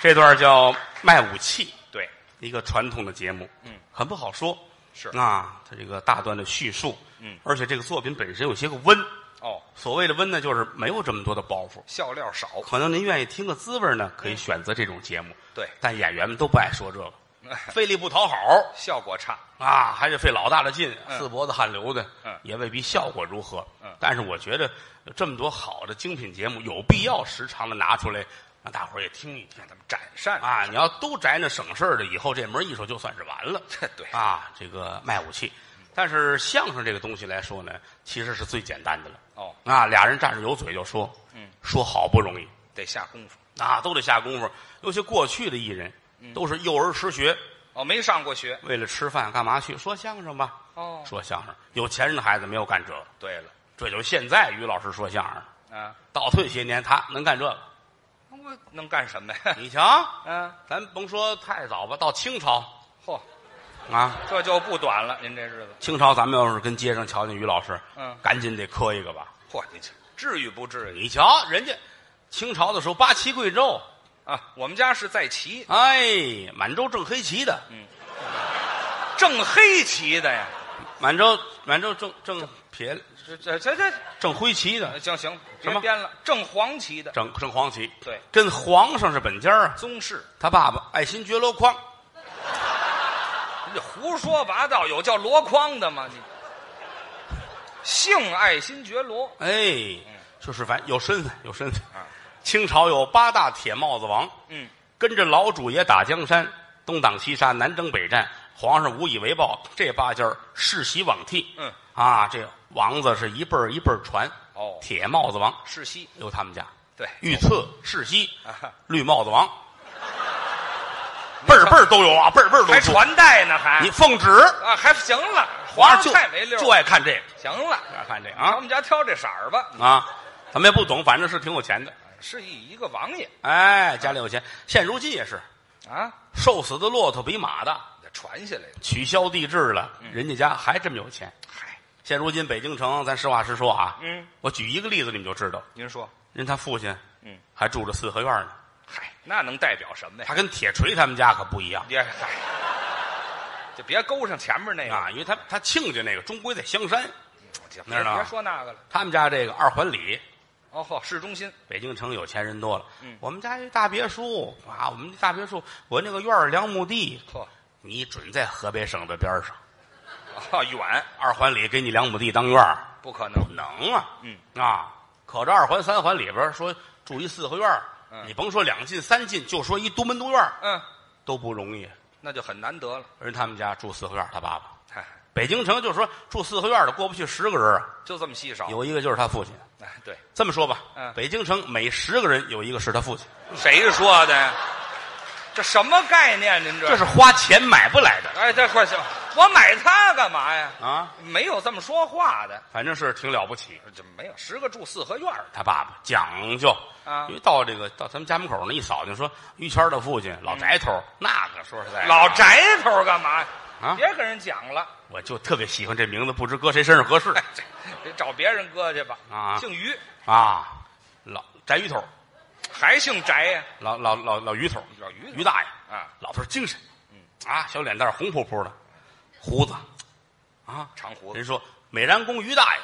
这段叫卖武器，
对，
一个传统的节目，
嗯，
很不好说，
是
啊，它这个大段的叙述，
嗯
而且这个作品本身有些个温，
哦，
所谓的温呢，就是没有这么多的包袱，
笑料少，
可能您愿意听个滋味呢，
嗯
可以选择这种节目，
对
但演员们都不爱说 这个，费力不讨好
效果差。
啊，还得费老大的劲，
嗯
四脖子汗流的，
嗯
也未必效果如何，
嗯
但是我觉得有这么多好的精品节目，有必要时常的拿出来让大伙儿也听一听。
让他们展善
啊，你要都宅那省事儿的，以后这门艺术就算是完了。
这 对
啊，这个卖武器，
嗯
但是相声这个东西来说呢，其实是最简单的了。
哦，
啊，俩人站着有嘴就说，
嗯，
说好不容易
得下功夫。
啊，都得下功夫。尤其过去的艺人，
嗯
都是幼儿实学，
哦，没上过学。
为了吃饭干嘛去说相声吧？
哦，
说相声，有钱人的孩子没有干这个，
对了，
这就是现在于老师说相声的。
啊，
倒退些年，他能干这个，
我能干什么呀？
你瞧，
嗯，
咱甭说太早吧，到清朝
嚯，
啊，
这就不短了，您这日子，
清朝咱们要是跟街上瞧见于老师，
嗯
赶紧得磕一个吧。
嚯，你这至于不至于
你瞧人家清朝的时候八旗贵胄，
啊？我们家是在旗，
哎，满洲正黑旗的，
正黑旗的呀，
满洲满洲正正撇
这这这这，
正灰旗的，
行行，
什
别
么
编了，正黄旗的，
正正黄旗，
对，
跟皇上是本家啊。
宗室，
他爸爸爱新觉罗匡，
你这胡说八道，有叫箩筐的吗？你姓爱新觉罗
哎，就是反正有身份有身份。
啊，
清朝有八大铁帽子王，
嗯，
跟着老主爷打江山，东挡西杀，南征北战，皇上无以为报，这八家儿世袭罔替。
嗯，
啊，这王子是一辈儿一辈儿传。
哦
铁帽子王
世袭，
有他们家，
对，
御赐世袭
啊哈，
绿帽子 王，辈儿辈儿都有啊，辈儿辈儿都
还
有。
传代呢，还
你奉旨，
啊，还行了，
皇
皇上
上就
太没溜儿
就爱看这个，
行了，
就爱看这个
瞧
啊
我们家挑这色儿吧，
啊！咱们也不懂，反正是挺有钱的。
是一一个王爷
哎，家里有钱，现如今也是，
啊，
瘦死的骆驼比马大，
给传下来的。
取消帝制了，
嗯
人家家还这么有钱。
嗨，
现如今北京城，咱实话实说啊，
嗯，
我举一个例子你们就知道，
您说，
人他父亲，
嗯，
还住着四合院呢，
嗨，那能代表什么 呀？
他跟铁锤他们家可不一样
别嗨，就别勾上前面那个，
啊，因为他他亲家那个终归在香山，
就
那儿
别
呢
别说那个了。
他们家这个二环里，
哦嚯，市中心，
北京城有钱人多了，
嗯
我们家一大别墅啊，我们这大别墅，我那个院儿两亩地，
嚯，
你准在河北省的边儿上，
啊远，
二环里给你两亩地当院儿，
不可能
不。能啊，
嗯
啊，可这二环三环里边儿说住一四合院儿，
嗯
你甭说两进三进，就说一独门独院儿
嗯，
都不容易。
那就很难得了。哎
人他们家住四合院儿，他爸爸
嗨，
北京城就说住四合院儿的过不去十个人儿啊，
就这么稀少。
有一个就是他父亲。
哎，对，
这么说吧，
嗯
北京城每十个人有一个是他父亲，
谁说的呀？这什么概念？您这
这是花钱买不来的
哎，这快行，我买它干嘛呀？
啊！
没有这么说话的，
反正是挺了不起。
就没有十个住四合院儿
他爸爸讲究
啊
因为到这个到咱们家门口那一扫就说于谦儿的父亲老宅头儿，那个说实在的
老宅头干嘛呀？
哎啊
别跟人讲了，
我就特别喜欢这名字，不知搁谁身上合 适
哎这得找别人搁去吧。
啊
姓于
啊。老翟鱼头，
还姓翟呀？
老老老老于头，
老于头
于大爷
啊，
老头儿精神，啊，小脸蛋儿红扑扑的，胡子啊，
长胡
人
子，
说美髯公于大爷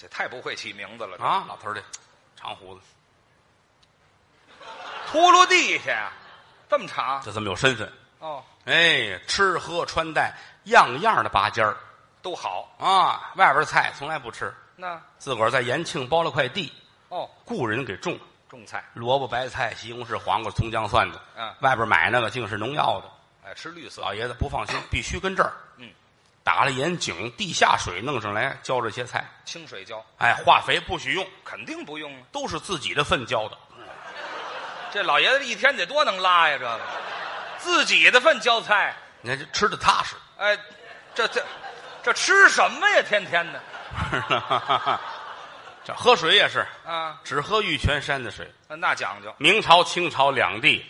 这太不会起名字了
啊，老头儿这长胡子
秃噜地下呀，这么长
就这么有身份，
哦，
哎，吃喝穿戴样样的拔尖儿
都好
啊，外边菜从来不吃，
那
自个儿在延庆包了块地，
哦，
雇人给种
种菜
萝卜、白菜、西红柿、黄瓜、葱姜蒜的。
嗯
外边买那个竟是农药的。
哎，吃绿色
老爷子不放心，必须跟这儿。
嗯，
打了眼井，地下水弄上来浇这些菜。
清水浇，
哎，化肥不许用，
肯定不用啊。
都是自己的粪浇的。
这老爷子一天得多能拉呀，这个自己的份浇菜，
你看这吃的踏实，
哎，这这这吃什么呀？天天的
这喝水也是，
啊，
只喝玉泉山的水。
那讲究
明朝、清朝两地，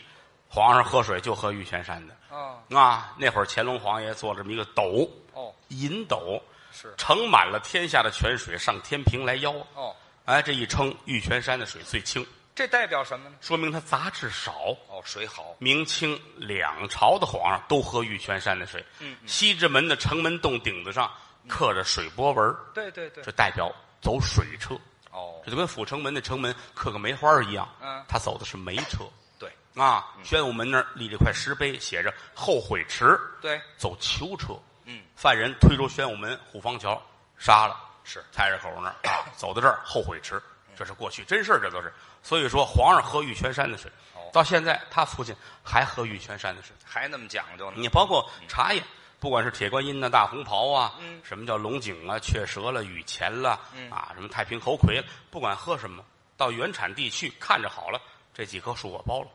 皇上喝水就喝玉泉山的。
哦
啊，那会儿乾隆皇爷做这么一个斗，
哦
银斗，
是
盛满了天下的泉水，上天平来邀。
哦，
哎，这一称，玉泉山的水最清，
这代表什么呢？
说明它杂质少。
哦，水好，
明清两朝的皇上都喝玉泉山的水。
嗯
西直门的城门洞顶子上刻着水波纹儿，
对对嗯对
这，代表走水车。
哦
这就跟阜成门的城门刻个梅花儿一样。
嗯
他走的是梅车
对
啊。宣武门那儿立着块石碑，写着“后悔迟”，
对，
走囚车。
嗯，
犯人推出宣武门虎坊桥，杀了。
是
菜市口那儿 啊，走到这儿后悔迟，
嗯
这是过去真事儿，这都是。所以说，皇上喝玉泉山的水
哦，
到现在他父亲还喝玉泉山的水。
还那么讲究呢。
你包括茶叶，不管是铁观音呐、大红袍啊，
嗯
什么叫龙井啊、雀舌了、雨前了，
嗯
啊，什么太平猴魁了，不管喝什么，到原产地去看着好了，这几棵树我包了。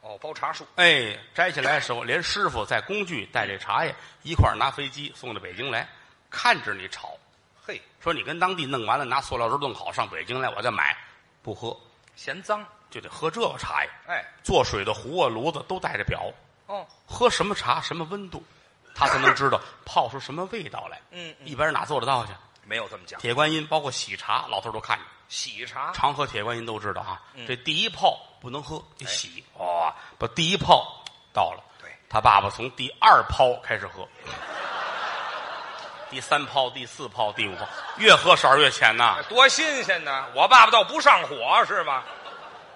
哦，包茶树，
哎，摘下来的时候，连师傅带工具带这茶叶一块儿拿飞机送到北京来，看着你炒，
嘿，
说你跟当地弄完了，拿塑料篓弄好上北京来，我再买，不喝，
嫌脏，
就得喝这个茶呀。
哎，
做水的壶啊、炉子都带着表，
哦，
喝什么茶、什么温度，他才能知道泡出什么味道来。
嗯嗯
一般人哪做得到去？
没有这么讲。
铁观音包括喜茶，老头儿都看见。
喜茶，
常喝铁观音都知道啊，
嗯哎
这第一泡不能喝，得洗哇、把第一泡倒了。
对
他爸爸从第二泡开始喝，第三泡、第四泡、第五泡，越喝色儿越浅呐、
啊多新鲜呢！我爸爸倒不上火是吗？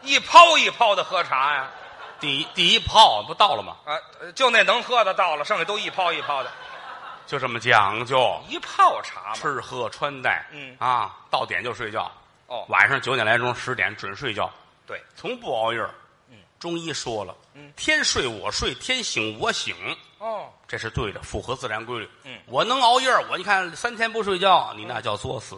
一泡一泡的喝茶呀、
第一第一泡不到了吗？
啊，就那能喝的到了，剩下都一泡一泡的，
就这么讲究，
一泡茶嘛。
吃喝穿戴，
嗯
啊，到点就睡觉，
哦
晚上九点来钟十点准睡觉，
对，
从不熬夜儿。中医说了，
嗯
天睡我睡，天醒我醒。
哦，
这是对的，符合自然规律。
嗯
我能熬夜儿，我你看三天不睡觉，你那叫作死，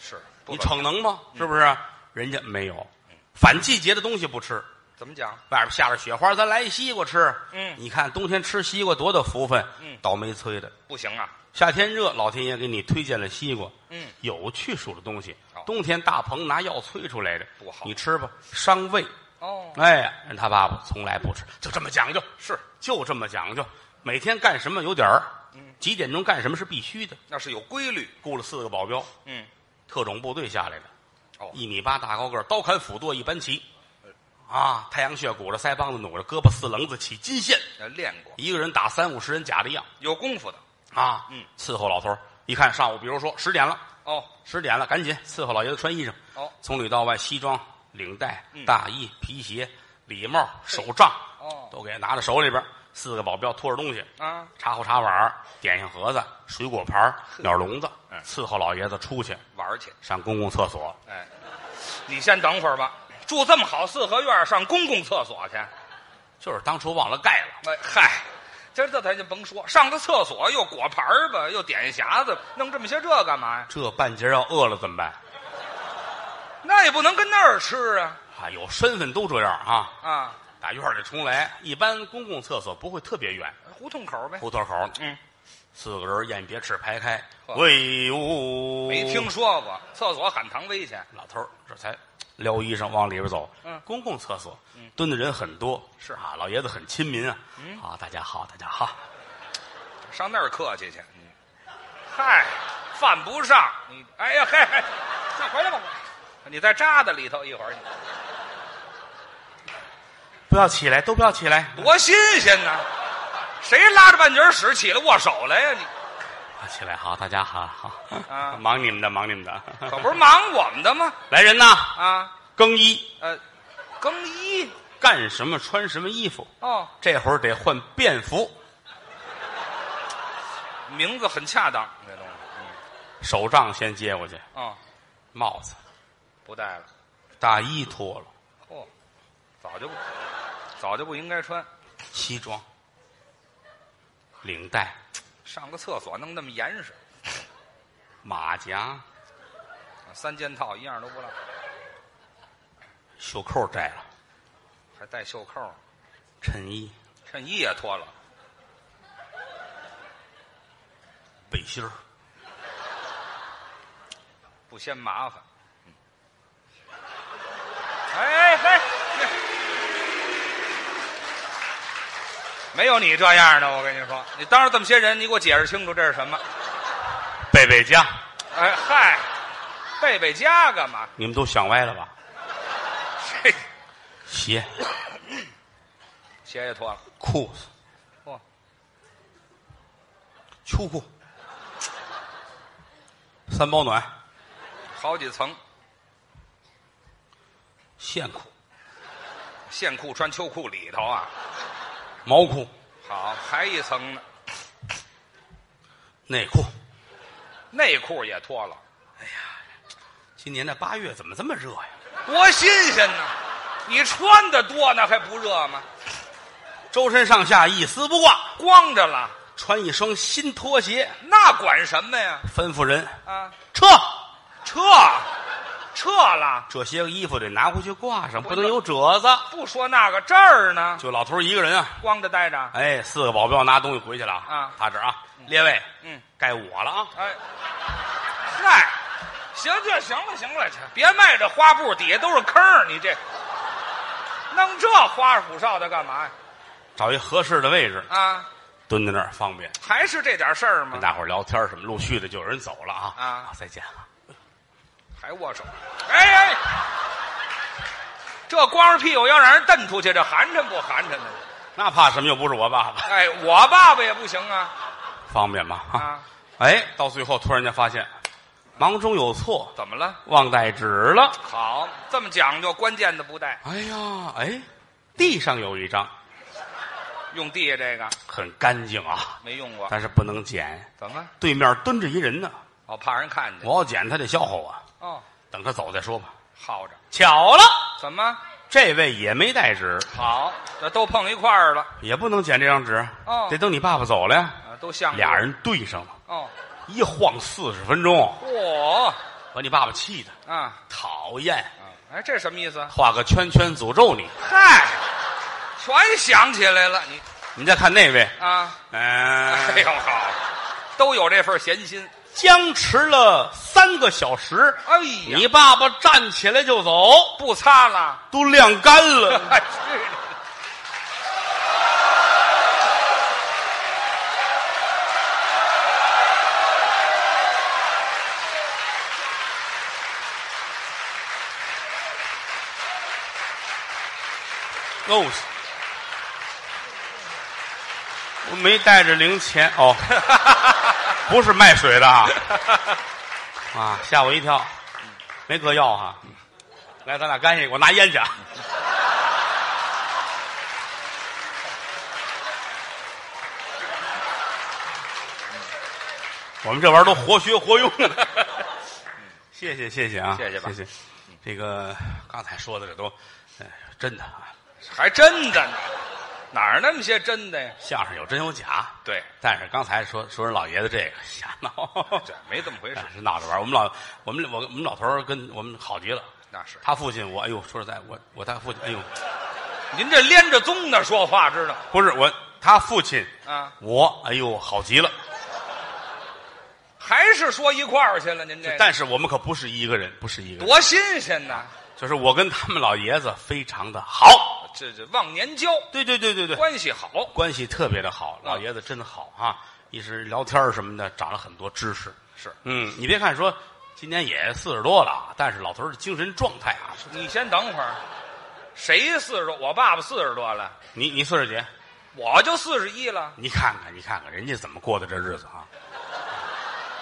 是不嗯
你
怎么
逞能吗？是不是？人家没有，
嗯
反季节的东西不吃。
怎么讲？
外边下着雪花，咱来一西瓜吃。
嗯
你看冬天吃西瓜多大福分，
嗯
倒霉催的。
不行啊，
夏天热，老天爷给你推荐了西瓜，
嗯，
有去暑的东西
哦。
冬天大棚拿药催出来的，
不好
你吃吧，伤胃。
哦，
哎呀，人他爸爸从来不吃，就这么讲究，
是
就这么讲究。每天干什么有点儿，
嗯
几点钟干什么是必须的。
那是有规律。
雇了四个保镖，
嗯，
特种部队下来的，
哦哎
一米八大高个儿，刀砍斧剁一般齐，啊，太阳穴鼓着，腮帮子努着，胳膊四棱子起金线，
要嗯呃练过，
一个人打三五十人假的样
有功夫的。
啊，
嗯，
伺候老头儿一看上午，比如说十点了，
哦
十点了，赶紧伺候老爷子穿衣裳，
哦，
从里到外，西装、领带
嗯、
大衣、皮鞋、礼帽、手杖，
哦
都给拿到手里边儿。四个保镖拖着东西，
啊，
茶壶、茶碗儿、点心盒子、水果盘儿、 鸟笼子
嗯，
伺候老爷子出去
玩儿去。
上公共厕所。
哎，你先等会儿吧。住这么好四合院儿，上公共厕所去？
就是当初忘了盖了，
哎嗨，今儿这咱就甭说，上个厕所又果盘儿吧，又点匣子，弄这么些这干嘛呀？
这半截要饿了怎么办？
那也不能跟那儿吃啊
啊，有身份都这样啊，
啊，
打院里重来。一般公共厕所不会特别远，
胡同口呗。
胡同口
嗯，
四个人雁别翅排开，
呵
威武。
没听说过厕所喊唐威去。
老头儿这才撩衣裳往里边走。
嗯
公共厕所蹲的人很多，
是嗯
啊，老爷子很亲民啊。啊，大家好，大家好。
上那儿客气去。嗯嗨，犯不上你。哎呀，嘿，嘿那回来吧，你再扎在里头一会儿，你
不要起来，都不要起来，
多新鲜呢！谁拉着半截屎起来握手来呀、你
啊起来好，大家好，好
啊
忙你们的，忙你们的。
可不是忙我们的吗？
来人呐，
啊，
更衣，
呃，更衣
干什么穿什么衣服，
哦，
这会儿得换便服，
名字很恰当，这东西
手杖先接过去，
啊、哦，
帽子、
不戴了。
大衣脱了，
哦，早就不，早就不应该穿。
西装、领带、
上个厕所弄那么严实，
马甲、
三件套一样都不落，
袖扣摘了，
还带袖扣呢，
衬衣、
衬衣也脱了。
背心儿。
不嫌麻烦。嗯哎嘿，没有你这样的，我跟你说，你当着这么些人，你给我解释清楚这是什么？
贝贝家，
哎嗨，贝贝家干嘛？
你们都想歪了吧？
谁
鞋、
鞋也脱了，
裤子、
嚯，
秋裤，三保暖、
好几层，
线裤、
线裤穿秋裤里头啊，
毛裤、
好，还一层呢，
内裤。
内裤也脱了，
今年的八月怎么这么热呀？
多新鲜呢！你穿的多呢，还不热吗？
周身上下一丝不挂，
光着了，
穿一双新拖鞋，
那管什么呀？
吩咐人
啊！
撤。
撤，撤了，
这些个衣服得拿回去挂上，不能有褶子。
不说那个这儿呢，
就老头儿一个人啊，
光着待着。
哎，四个保镖拿东西回去了
啊
趴这儿啊，列位，
嗯，
该我了啊。
哎，嗨，行就行了，行了，去，别迈这花步，底下都是坑儿，你这弄这花里胡哨的干嘛呀？
找一合适的位置，
啊，
蹲在那儿方便，
还是这点事儿吗
跟？大伙儿聊天什么，陆续的就有人走了啊
啊
再见啊！
还握手？哎哎，这光着屁股要让人蹬出去，这寒碜不寒碜呢？
那怕什么？又不是我爸爸，
哎，我爸爸也不行啊！
方便吗？
啊，
哎，到最后突然间发现，忙中有错，
怎么了？
忘带纸了。
好，这么讲究，关键的不带，
哎呀，哎，地上有一张，
用地下这个
很干净啊，
没用过，
但是不能捡。
怎么？
对面蹲着一人呢，
哦，怕人看见。
我要捡他得笑话我，
哦，
等他走再说吧。
耗着，
巧了，
怎么
这位也没带纸，
好？这都碰一块儿了，
也不能捡这张纸，
哦
得等你爸爸走了呀。
啊，都像
俩人对上了，
哦，
一晃四十分钟，
嚯
把你爸爸气的
啊！
讨厌，
啊哎，这什么意思？
画个圈圈诅咒你。
嗨，全想起来了，你
你再看那位，
啊，
嗯、
哎呦好，都有这份闲心。
僵持了三个小时，
哎呀，
你爸爸站起来就走，
不擦了？
都晾干了。
哎，去你
哦，我没带着零钱 哦，不是卖水的啊，啊，吓我一跳，没搁药哈。来，咱俩干一个，我拿烟去。啊。
嗯
我们这玩意儿都活学活用啊！谢谢谢谢啊，
嗯谢谢吧
谢谢。这个刚才说的这都，哎，真的啊，
还真的呢，哪儿那么些真的呀？
相声有真有假，
对，
但是刚才说说人老爷子这个瞎闹，
这没这么回事
但，是闹着玩儿。我们老我们我我们老头儿跟我们好极了，
那是。
他父亲我哎呦，说实在我我他父亲哎呦，
您这连着宗的说话，知道吗
不是我他父亲
啊？
我哎呦好极了，
还是说一块儿去了？您这个
但是我们可不是一个人，不是一个人，
多新鲜呐！
就是我跟他们老爷子非常的好，
这这忘年交，
对对对对对，
关系好，
关系特别的好，老爷子真好啊，一直聊天儿什么的，长了很多知识。
是
嗯，你别看说今年也四十多了啊，但是老头儿的精神状态啊，
你先等会儿，谁四十多？我爸爸四十多了，
你你四十几？
我就四十一了，
你看看，你看看人家怎么过的这日子啊？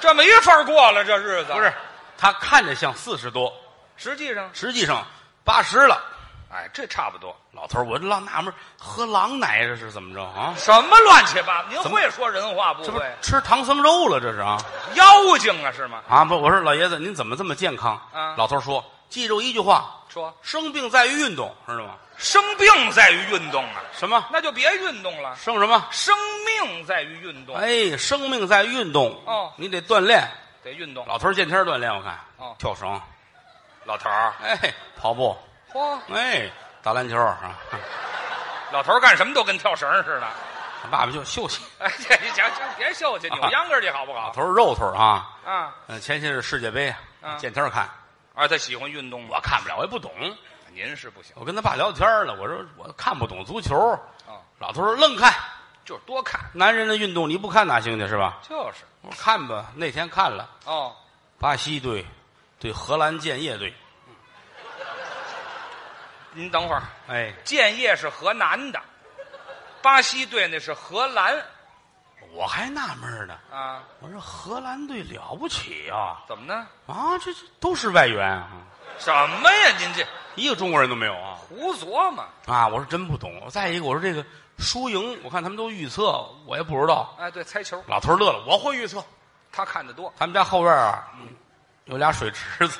这没法过了，这日子
不是，他看着像四十多，
实际上，
实际上八十了。
哎，这差不多。
老头儿，我就老纳闷儿，喝狼奶这是怎么着啊？
什么乱七八糟？您
怎么
会说人话不
这不是
会？
吃唐僧肉了？这是啊
妖精啊，是吗？
啊！不，我说老爷子，您怎么这么健康？
啊
老头儿说，记住一句话：
说
生病在于运动，知道吗？
生病在于运动啊，
什么
那就别运动了。
生什么？
生命在于运动，
哎，生命在于运动。
哦
你得锻炼。
得运动。
老头儿见天儿锻炼，我看。
哦啊
跳绳，
老头儿，
哎，跑步，
嚯，
哎，打篮球啊。
老头儿干什么都跟跳绳似的。
他爸爸就休息。
哎，这行行，别秀去，扭秧歌去好不
老
好？
头儿肉头儿啊，
啊
嗯，前些日世界杯
啊
见天儿看，
啊，他喜欢运动吗？
我看不了，我也不懂。
您是不行
我跟他爸聊天了，我说我看不懂足球。
啊，
老头儿说愣看，
就是多看，
男人的运动你不看哪行去是吧？
就是
我说看吧，那天看了
哦，
巴西队对荷兰建业队，
您等会儿，
哎，
建业是河南的，巴西队那是荷兰
我还纳闷儿呢，
啊？
我说荷兰队了不起啊
怎么呢？
啊，这这都是外援啊，
什么呀？您这
一个中国人都没有啊
胡琢磨。
啊！我说真不懂。再一个，我说这个输赢，我看他们都预测，我也不知道。
哎，对，猜球，
老头儿乐了，我会预测。
他看的多。
他们家后院啊，有俩水池子，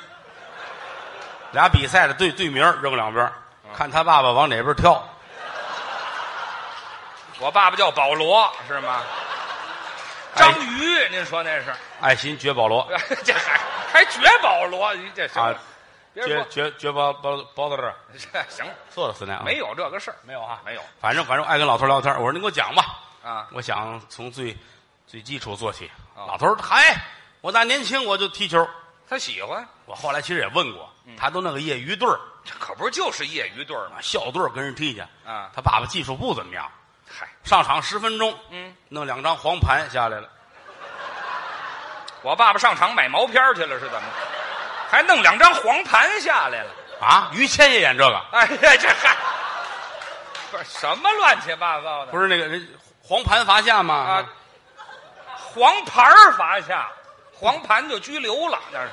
俩比赛的队队名扔两边儿，看他爸爸往哪边跳。
我爸爸叫保罗，是吗？哎章鱼，您说那是？
爱新觉保罗
这还还绝保罗？您这行
啊
了，，别
觉
说，
觉觉保保保到这儿，
这行了，
坐着死那啊，
没有这个事儿
没有啊，
没有
反正反正爱跟老头聊天。我说您给我讲吧，
啊。
我想从最最基础做起。
哦
老头儿嗨，我那年轻我就踢球。
他喜欢
我后来其实也问过，
嗯
他都那个业余队儿、啊
这可不是就是业余队儿吗？
校队儿跟人踢去。
啊
他爸爸技术不怎么样，
嗨，
上场十分钟，
嗯，
弄两张黄盘下来了。
我爸爸上场买毛片儿去了是怎么着？还弄两张黄盘下来了。
啊，于谦也演这个，
哎呀，这还不是什么乱七八糟的？
不是那个人黄盘罚下吗？
啊，黄牌儿罚下，黄盘就拘留了，那是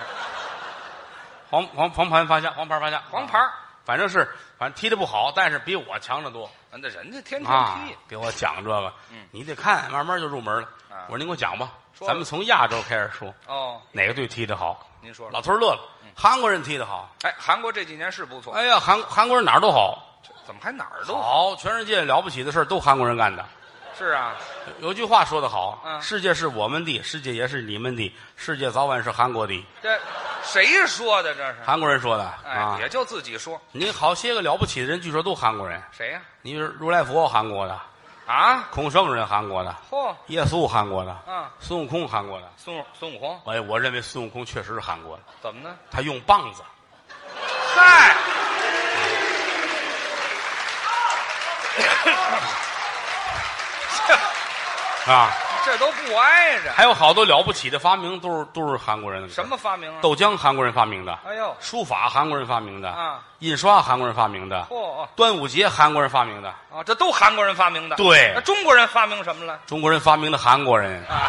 黄黄黄盘罚下，黄牌罚下，啊
黄牌儿。
反正是，反正踢的不好，但是比我强得多
那人家天天
啊
踢，！嗯
给我讲这个，你得看，慢慢就入门了。
啊
我说您给我讲吧，
说吧
咱们从亚洲开始说，
哦，
哪个队踢得好？
您说
老头儿乐了，韩国人踢得好，
哎，韩国这几年是不错，
哎呀，韩韩国人哪儿都好，
这怎么还哪儿都好？
好，全世界了不起的事儿都韩国人干的。
是啊，
有句话说得好，
嗯
世界是我们的，世界也是你们的，世界早晚是韩国的。
这谁说的这是？
韩国人说的、
哎
啊，
也。就自己说
你好些个了不起的人，据说都韩国人。
谁呀？
你比如如来佛韩国的，
啊，
孔圣人韩国的，
嚯，
耶稣韩国的，
嗯
孙悟空韩国的。
孙孙悟空
哎，我认为孙悟空确实是韩国的，
怎么呢？
他用棒子。
嗨，
啊，
这都不挨着，
还有好多了不起的发明都是都是韩国人的。
什？么发明啊？
豆浆韩国人发明的，
哎呦，
书法韩国人发明的，
啊
印刷韩国人发明的，
嚯、哦，
端午节韩国人发明的，
啊，这都韩国人发明的。
对
那中国人发明什么了？
中国人发明的韩国人。
啊，